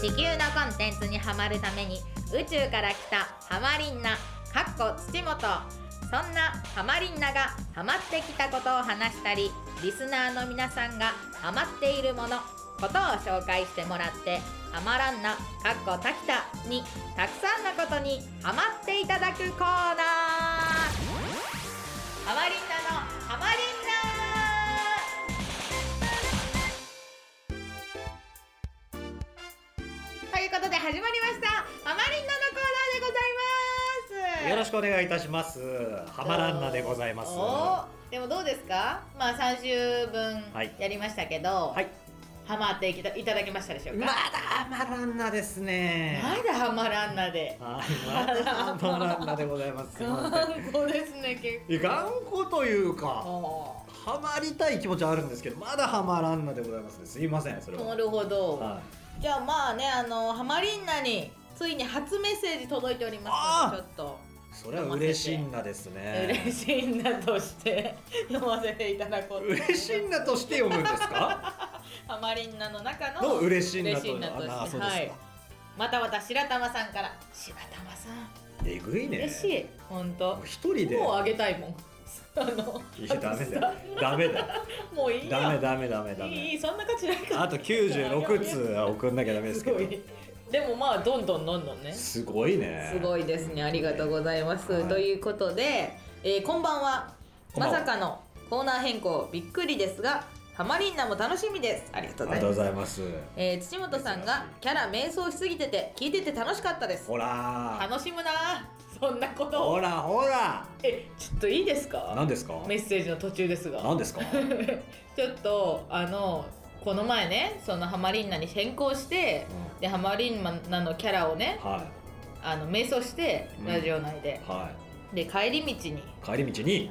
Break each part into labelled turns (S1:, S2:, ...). S1: 地球のコンテンツにはまるために宇宙から来たハマリンナかっこ土本そんなハマリンナがハマってきたことを話したりリスナーの皆さんがハマっているものことを紹介してもらってハマらんなかっこたきたにたくさんのことにハマっていただくコーナーハマリンナのハマリンナということで始まりましたハマリンナのコーナーでございます
S2: よろしくお願いいたします。ハマランナでございます。は
S1: おでもどうですかまあ3週分
S2: はい
S1: やりましたけど、
S2: い。
S1: ハマっていきたいただけましたでしょう
S2: まだ
S1: か、
S2: ハマランナですね。
S1: まだハマらんなで
S2: はい、まだハマランナでござ います。
S1: 頑固ですね結
S2: いや頑固というか、
S1: 構
S2: ハマりたい気持ちはあるんですけど、まだハマランナでございますね。すいません、それは。
S1: なるほど、
S2: はい
S1: じゃあまあねあのハマリンナについに初メッセージ届いておりますのでちょっと
S2: それは嬉しいんだですね。
S1: 嬉しいなと して読ませていただこうと思います
S2: 嬉しいんだとして読むんです か？
S1: ハマリンナの中の
S2: の嬉しいんだ
S1: 嬉
S2: と。
S1: しいなとし
S2: あ
S1: て
S2: そうです
S1: はい
S2: か。
S1: またまた白玉さんから白玉さん
S2: えぐいね。
S1: 嬉しい本当
S2: もう一人で。
S1: もうあげたいもん あの
S2: いやダメだよ。ダメだよ。
S1: もういいよ
S2: ダメダメダメダ
S1: いい
S2: メ
S1: いいそんな価値ないから
S2: あと96通は送んなきゃダメです
S1: す
S2: けど
S1: ごいでもまあどんどんどんどんねす
S2: すごいね
S1: ごいですねありがとうございます、
S2: はい
S1: ということで、えーこんばんは
S2: こんばん
S1: まさ
S2: は
S1: かのコーナー変更びっくりですがハマリンナも楽しみですありがと
S2: あ
S1: う
S2: り
S1: ござ
S2: が
S1: い
S2: とう
S1: ま
S2: ご
S1: す
S2: ざいます
S1: えー、土本さんがキャラ迷走しすぎてて聞いてて楽しかったです
S2: ほら
S1: 楽しむなそんなことを
S2: ほらほら
S1: えちょっといいですか
S2: 何ですか
S1: メッセージの途中ですが
S2: 何ですか
S1: ちょっとあのこの前ねそのハマリンナに変更して、
S2: うん
S1: でハマリンナのキャラをね
S2: は
S1: あの瞑想して
S2: うん
S1: ラジオ内
S2: い
S1: で、
S2: は
S1: で帰り道に
S2: い帰り道に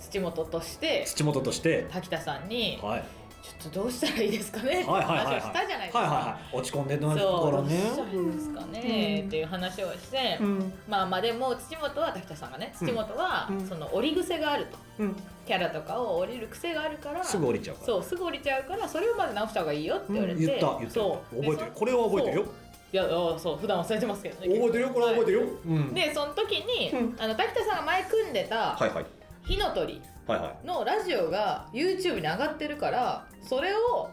S1: 土本として
S2: 土本として
S1: 滝田さんに、
S2: はい
S1: ちょっとどうしたらいいですかねって
S2: はいはいはいは
S1: 話
S2: い
S1: をしたじゃないですか、
S2: はいはいはい落ち込んでるから
S1: そうどう
S2: ね
S1: したらいいですかね、
S2: うん
S1: っていう話をして、
S2: うん
S1: まあまあでも土本は滝田さんがね土本は
S2: うん
S1: その降り癖があると
S2: うん
S1: キャラとかを降りる癖があるから
S2: すぐ降りちゃうから
S1: そうすぐ降りちゃうからそれをまず直した方がいいよって
S2: うん
S1: 言われて、
S2: 言った言った
S1: そ
S2: 覚
S1: う
S2: えてるこれは覚えてるよ
S1: そういやあそう普段忘れてますけどね
S2: 覚えてるよこれは覚えてるようん
S1: でその時に、
S2: うん
S1: あの滝田さんが前組んでた
S2: はいはい
S1: 「火の鳥
S2: はいは」
S1: のラジオが YouTube に上がってるからそれを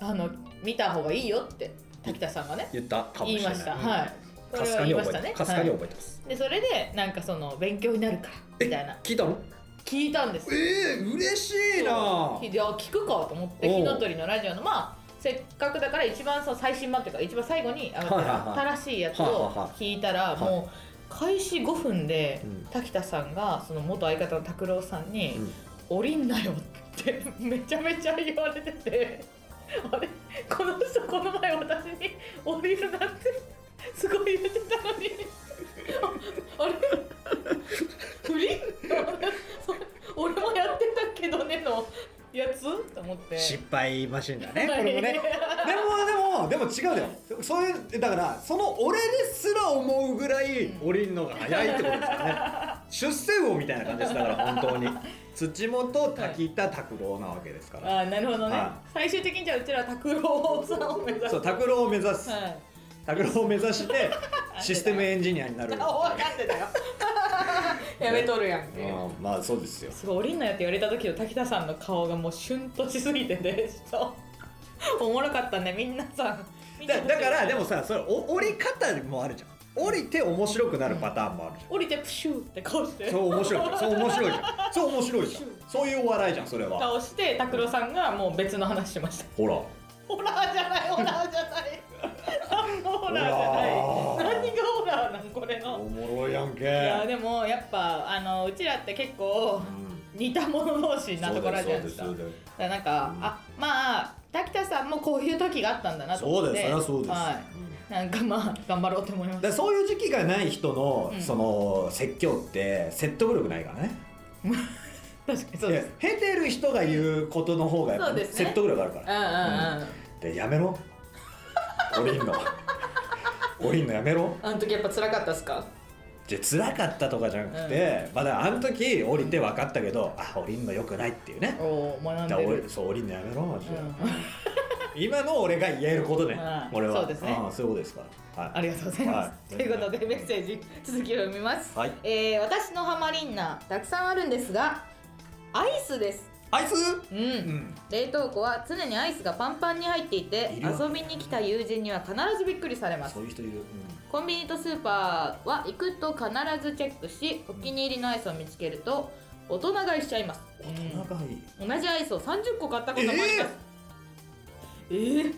S1: あの見た方がいいよって滝田さんがね
S2: い言ったかも
S1: 言
S2: し
S1: い
S2: れな
S1: ま
S2: い
S1: した、
S2: うん
S1: はいそ
S2: か
S1: れ
S2: す
S1: は言
S2: かに
S1: いまし
S2: 覚
S1: た
S2: えて
S1: ね
S2: るかすかに
S1: はい
S2: 覚えてます
S1: でそれでなんかその勉強になるからみたいな
S2: 聞いたの
S1: 聞いたんですよ
S2: えー、嬉しいな
S1: ひいや聞くかと思って
S2: おう
S1: 火の鳥のラジオのまあせっかくだから一番その最新版というか一番最後に上がってる
S2: はいはいは
S1: 新
S2: い
S1: しいやつを聞いたら
S2: いはいはい
S1: もう開始5分で
S2: うん
S1: 滝田さんがその元相方の拓郎さんに
S2: うん
S1: 「降りんなよ」って めちゃめちゃ言われててあれこの人この前私に「降りるな」ってすごい言ってたのにああれ 振りそれ俺もやってたけどねのやつと思って
S2: 失敗マシンだねこ
S1: はい
S2: れもねでもでもでも違うよそういうだからその俺ですら思うぐらい降りるのが早いってことです からね出世魚みたいな感じですだから本当に土本滝田拓郎なわけですから、
S1: ああなるほどね、
S2: は
S1: 最終的にじゃあうちら拓郎さんを目指す
S2: そう拓郎を目指す
S1: はい
S2: 拓郎を目指してシステムエンジニアになる
S1: あ分かってたよ やめとるやんけ、
S2: うんまあそうですよ
S1: すごい降りんなよって言われた時の滝田さんの顔がもうシュンとしすぎてねちょっ とおもろかったねみんなさん見て
S2: だ
S1: ほしい
S2: だからでもさそれお降り方もあるじゃん降りて面白くなるパターンもあるじゃん
S1: 降りてプシューって顔して
S2: そう面白いじゃんそう面白いじゃんそう面白いじゃんそういうお笑いじゃんそれは
S1: 顔して拓郎さんがもう別の話しました
S2: ほら
S1: ホラーじゃないホラーじゃない何もホラーじゃない何がホラーなんこれの
S2: おもろいやんけ
S1: いやでもやっぱあのうちらって結構
S2: うん
S1: 似た者同士なところあるじゃないですか
S2: そう
S1: だ
S2: だ
S1: か
S2: よ
S1: らなんか、
S2: うん
S1: あまあ滝田さんもこういう時があったんだなと
S2: そ
S1: 思っ
S2: う
S1: て
S2: だよそりゃそうです
S1: は
S2: うんだ
S1: い、なんかまあ頑張ろうと思いま
S2: か
S1: す
S2: らそういう時期がない人の、
S1: うん
S2: その説教って説得力ないからね
S1: 確かにそうです
S2: いや経てる人が言うことの方がやっぱ
S1: そうですね
S2: 説得力あるか
S1: うんう
S2: ら、
S1: んうん、
S2: でやめろ降りんの降りんのやめろ
S1: あの時やっぱ辛かったっすか
S2: じで辛かったとかじゃなくて、まあだからあの時降りて分かったけどあ降りんのよくないっていうね
S1: おー学ん
S2: だ
S1: で
S2: から
S1: る
S2: 俺そう降りんのやめろマジで、
S1: うん
S2: 今の俺が言えることね、
S1: うん
S2: 俺は
S1: そうですね
S2: んそういうことですからは い
S1: ありがとうございます、
S2: はい
S1: ということでメッセージ続きを読みます、
S2: はい
S1: えー私のハマリンナたくさんあるんですがアイスです
S2: アイス
S1: うん、
S2: うん
S1: 冷凍庫は常にアイスがパンパンに入っていて
S2: いるわ
S1: 遊びに来た友人には必ずびっくりされます
S2: そういう人いる、
S1: コンビニとスーパーは行くと必ずチェックしお気に入りのアイスを見つけると大人買いしちゃいます、
S2: うん、大人がいい、
S1: 同じアイスを30個買ったこともありますえー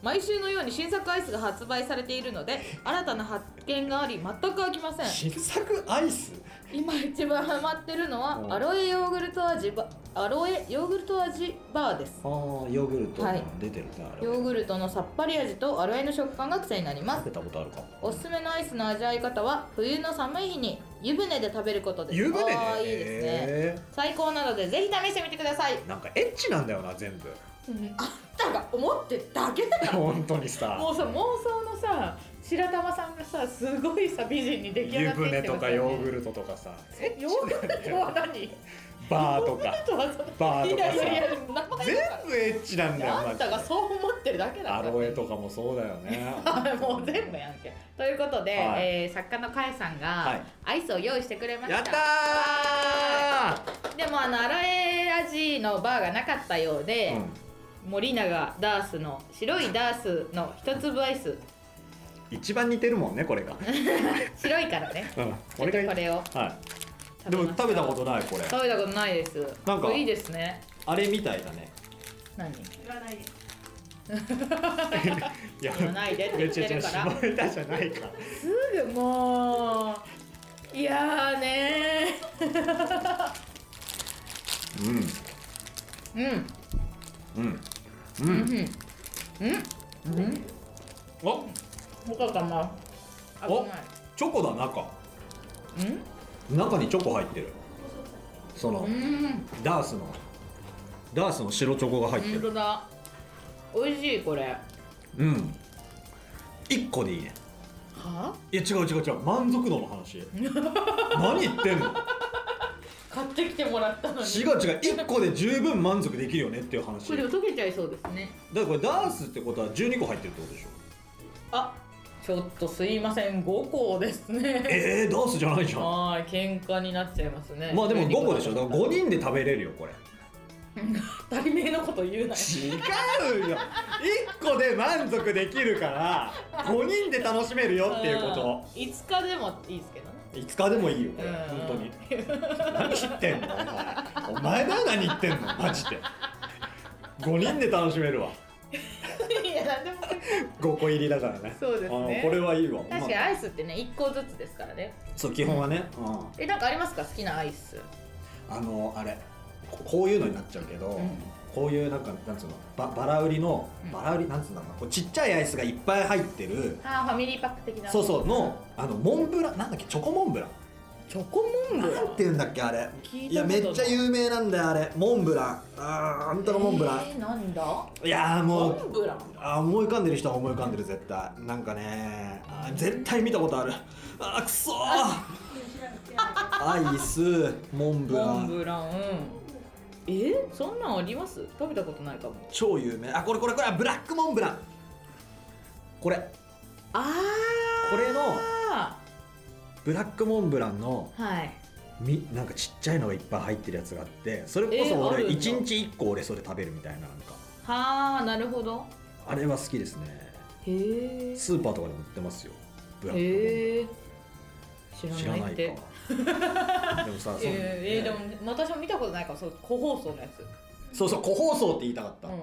S1: 毎週のように新作アイスが発売されているので新たな発見があり全く飽きません
S2: 新作アイス
S1: 今一番ハマってるのは
S2: うん
S1: アロエヨーグルト味バアロエヨーグルト味バーです
S2: ああヨーグルト、
S1: はい
S2: 出てるねあれ
S1: ヨーグルトのさっぱり味とアロエの食感が癖になります
S2: 食べたことあるかも
S1: おすすめのアイスの味わい方は冬の寒い日に湯船で食べることです
S2: 湯船で
S1: あーいいですね
S2: へ
S1: 最高なのでぜひ試してみてください
S2: ーなんかエッチなんだよな全部
S1: あんたが思ってだけだから
S2: 本当にさ
S1: もうさ妄想のさ白玉さんがさすごいさ美人に出来上
S2: 湯
S1: がってきて
S2: 船とかヨーグ
S1: ル
S2: ルトとかさ
S1: えヨーグルトは何
S2: バーとか
S1: ヨーグルトはその
S2: バーと
S1: い
S2: か
S1: やいやいや
S2: さ
S1: 名前
S2: 全部エッチなんだよ
S1: あんたがそう思ってるだけだ
S2: ア
S1: から
S2: ロエとかもそうだよね
S1: もう全部やんけということで、
S2: はい
S1: えー作家のかえさん
S2: は
S1: が
S2: い
S1: アイスを用意してくれました
S2: やった
S1: でもあのアラエ味のバーがなかったようで
S2: ー、うん
S1: 森永ダースの白いダースの一粒アイス
S2: 一番似てるもんねこれが、
S1: 白いからね
S2: うん、
S1: ちょっとこ
S2: は
S1: れを
S2: い
S1: 食
S2: で
S1: べ
S2: も
S1: ました
S2: 食べたことないこれ
S1: 食べたことないです
S2: なんか
S1: いいですね
S2: あれみたいだね
S1: 何
S3: 言わないです
S2: いや
S1: 言わないでって
S2: め
S1: 言っ
S2: っちゃ
S1: て
S2: ちゃ
S1: るから
S2: 絞れたじゃないか
S1: すぐもういやーねー
S2: うんうんう
S1: うんうんんうんうん
S2: あ
S1: よかったな
S2: おチョコだ中
S1: 危ない
S2: 中にチョコ入ってるその
S1: うんうん
S2: ダースのダースの白チョコが入って
S1: 本
S2: る
S1: 当だ美味しいこれは
S2: うん1個でいいね
S1: あ
S2: いや違う違う違う満足度 の話何言ってんの
S1: 買ってきてもらったのに
S2: 違う違う1個で十分満足できるよねっていう話
S1: こ
S2: だ
S1: れ
S2: か
S1: 溶けちゃいそうですね
S2: らこれダースってことは12個入ってるってことでしょ
S1: あちょっとすいません5個ですね
S2: えー、ダースじゃないじゃん
S1: はーい喧嘩になっちゃいますね
S2: まあでも5個でしょだから5
S1: 人
S2: 人で食べれるよこれ
S1: 当たり前のこと言うなよ
S2: 違 うよ1個で満足できるから5人で楽しめるよっていう
S1: う
S2: こと
S1: ん5日でもいいですけどね
S2: 5日でもいいよこれ
S1: うん
S2: 本当に何言ってんのお前お前な何言ってんのマジで5人で楽しめるわ
S1: いやなんでも
S2: 5個入りだからね
S1: そうですね
S2: あこれはいいわ
S1: 確かに
S2: まあ
S1: アイスってね1個ずつですからね
S2: そう基本はね、うん
S1: えなんかありますか好きなアイス
S2: あのあれここういうのになっちゃうけど、
S1: ん
S2: こういうなんかなんつうのババラ売りの
S1: うん
S2: バラ売りなんつうんだろうなこうちっちゃいアイスがいっぱい入ってる
S1: あーファミリーパック的な
S2: そうそうのあのモンブランなんだっけチョコモンブラン
S1: チョコモンブラ
S2: なんて
S1: ン
S2: 言うんだっけあれ
S1: 聞い
S2: い
S1: た
S2: や
S1: ことな
S2: め
S1: い
S2: っちゃ有名なんだよあれモンブランあーあんたがモンブラン、
S1: えー、なんだ
S2: いやーも
S1: モ
S2: う
S1: ンブラン
S2: あー思い浮かんでる人は思い浮かんでる絶対なんかねあー絶対見たことあるあーくそーアイスモンブラ
S1: モン
S2: ン
S1: ブラン、えそんなんあります食べたことないかも
S2: 超有名あこれこれこれブラックモンブランこれ
S1: あ
S2: これの
S1: あ
S2: ブラックモンブランの
S1: はい
S2: みなんかちっちゃいのがいっぱい入ってるやつがあってそれこ
S1: えー
S2: そ
S1: ある
S2: 俺
S1: んだ
S2: 1日1個俺それ食べるみたいななんか
S1: はあなるほど
S2: あれは好きですね
S1: へえ
S2: スーパーとかでも売ってますよブラックモンブラン
S1: へえ知
S2: 知
S1: ら
S2: ら
S1: な
S2: な
S1: っ
S2: いい
S1: て
S2: か でもさそう,、
S1: えー、えーでも私も見たことないからそう個包装のやつ
S2: そうそう個包装って言いたかった、
S1: うん
S2: うん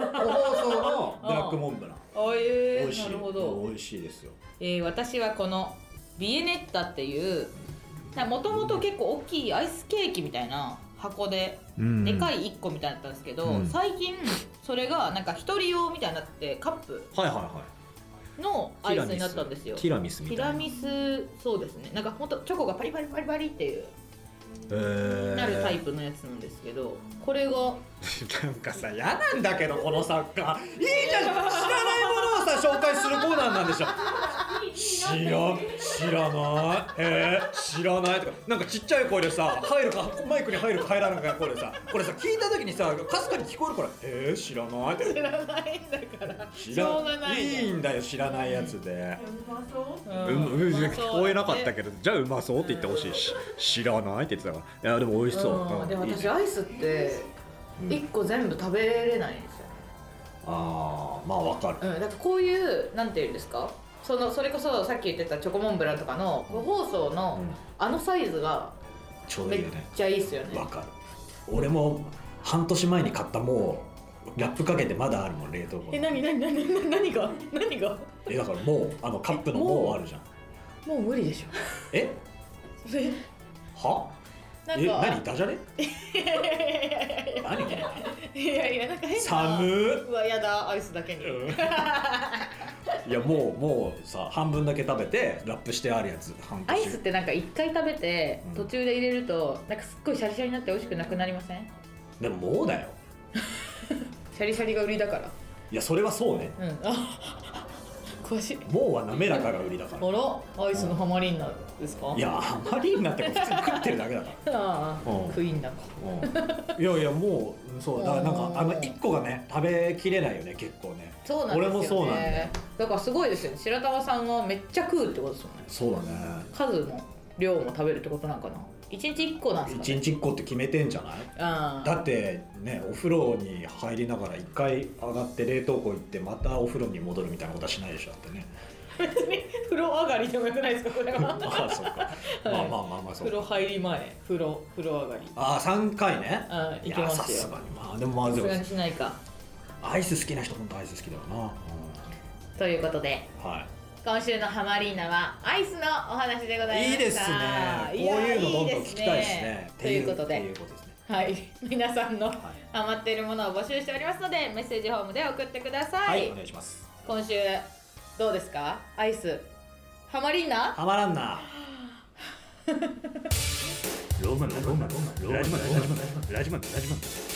S2: 個包装のブラックモンブラン、
S1: あえ
S2: 美味
S1: ー、
S2: し
S1: ないるほど、
S2: 美味しいですよ
S1: えー、私はこのビエネッタっていうもともと結構大きいアイスケーキみたいな箱ででか
S2: い
S1: い1個みたいだったんですけど、
S2: うん
S1: 最近それがなんか一人用みたいになってカップ
S2: はいはいは
S1: の
S2: い
S1: アイスになったんですよ
S2: ティラミス
S1: ティ
S2: みたいな
S1: ラミスそうですねなんかほんとチョコがパリパリパリパリっていう
S2: えー
S1: なるタイプのやつなんですけどこれが
S2: なんかさ嫌なんだけどこの作家いいじゃん知らないものをさ紹介するコーナーなんでしょ知知らん知らないえー、知らないとかなんかちっちゃい声でさ入るかマイクに入るか入らないかの声でさこれさ聞いた時にさかすかに聞こえるからえー、知らないって
S4: 知らないんだから
S2: 知
S4: し
S2: ら
S4: ょうがない
S2: いいんだよ知らないやつで、
S1: まそう
S2: うんん、聞こえなかった
S4: ど
S2: けどじゃあうまそうって言ってほしいし知らないって言ってたからいやでも美味しそう、うん
S1: で
S2: いい
S1: 私
S2: ね
S1: アイスって
S2: うん
S1: 一個全部食べれないんですよ、
S2: ああまあわかる
S1: うん、だからこういうなんていうんですかそのそれこそさっき言ってたチョコモンブランとかの個包装の
S2: うん
S1: あのサイズが
S2: ちょうど
S1: め
S2: いい
S1: っ
S2: よね
S1: ちゃいいっすよね
S2: わかる俺も半年前に買ったもうラップかけてまだあるもん冷凍庫に
S1: え何何何何何が何が
S2: えだからもうあのカップの
S1: もう
S2: もうあるじゃん
S1: もう無理でし
S2: え
S1: ょえ
S2: は
S4: なん
S2: え
S4: か
S2: 何ダジャレ何
S4: いやいやなんか変な
S2: 寒っ
S4: うわやだアイスだけに、
S2: いやもうもうさ半分だけ食べてラップしてあるやつ半年
S1: アイスってなんか一回食べて
S2: うん
S1: 途中で入れるとなんかすっごいシャリシャリになって美味しくなくなりません
S2: でももうだよ
S1: シャリシャリが売りだから
S2: いやそれはそうね
S1: うんあ 詳しい
S2: もうは滑らかが売りだか
S1: あ
S2: ら
S1: らアイスのハマリンナですか
S2: いやあまりになっても普通に食ってるだけだから
S1: ああ、
S2: うん
S1: クイーンだか
S2: うんいやいやもううんそうだからなんかあの1個がね食べきれないよね結構ね
S1: そうなんですよ、ね、
S2: 俺もそうなんだよ
S1: だからすごいですよね白玉さんはめっちゃ食うってことですよね
S2: そうだね
S1: 数も量も食べるってことなんかな一日一個なんですか
S2: 1
S1: ね
S2: 日1個って決めてんじゃない
S1: あ
S2: だってねお風呂に入りながら1回上がって冷凍庫行ってまたお風呂に戻るみたいなことはしないでしょだってね
S1: 別に風呂上がりでもよくないですかこれ
S2: ああそっか、まあまあまあまあそう
S1: 入り前風呂風呂上がり
S2: ああ3回ね
S1: あ
S2: いやさすがにまあでもまあで
S1: さす
S2: も
S1: がにしないか
S2: アイス好きな人本当アイス好きだよな、
S4: ということで
S2: うんはい
S4: 今週のハマリーナはアイスのお話でございました
S2: いいですねこういうのどんどん聞きたいですね
S4: ということ
S2: ってい
S4: で
S2: うことですね
S4: はい皆さんの
S2: は
S4: ハマっているものを募集しておりますのでメッセージホームで送ってくださ
S2: い、
S4: い、
S2: お願いします
S4: 今週どうですかアイスハマリーナ
S2: はまらんな
S5: ローマンローマンローマンラジマンラジマンラジマンラジマン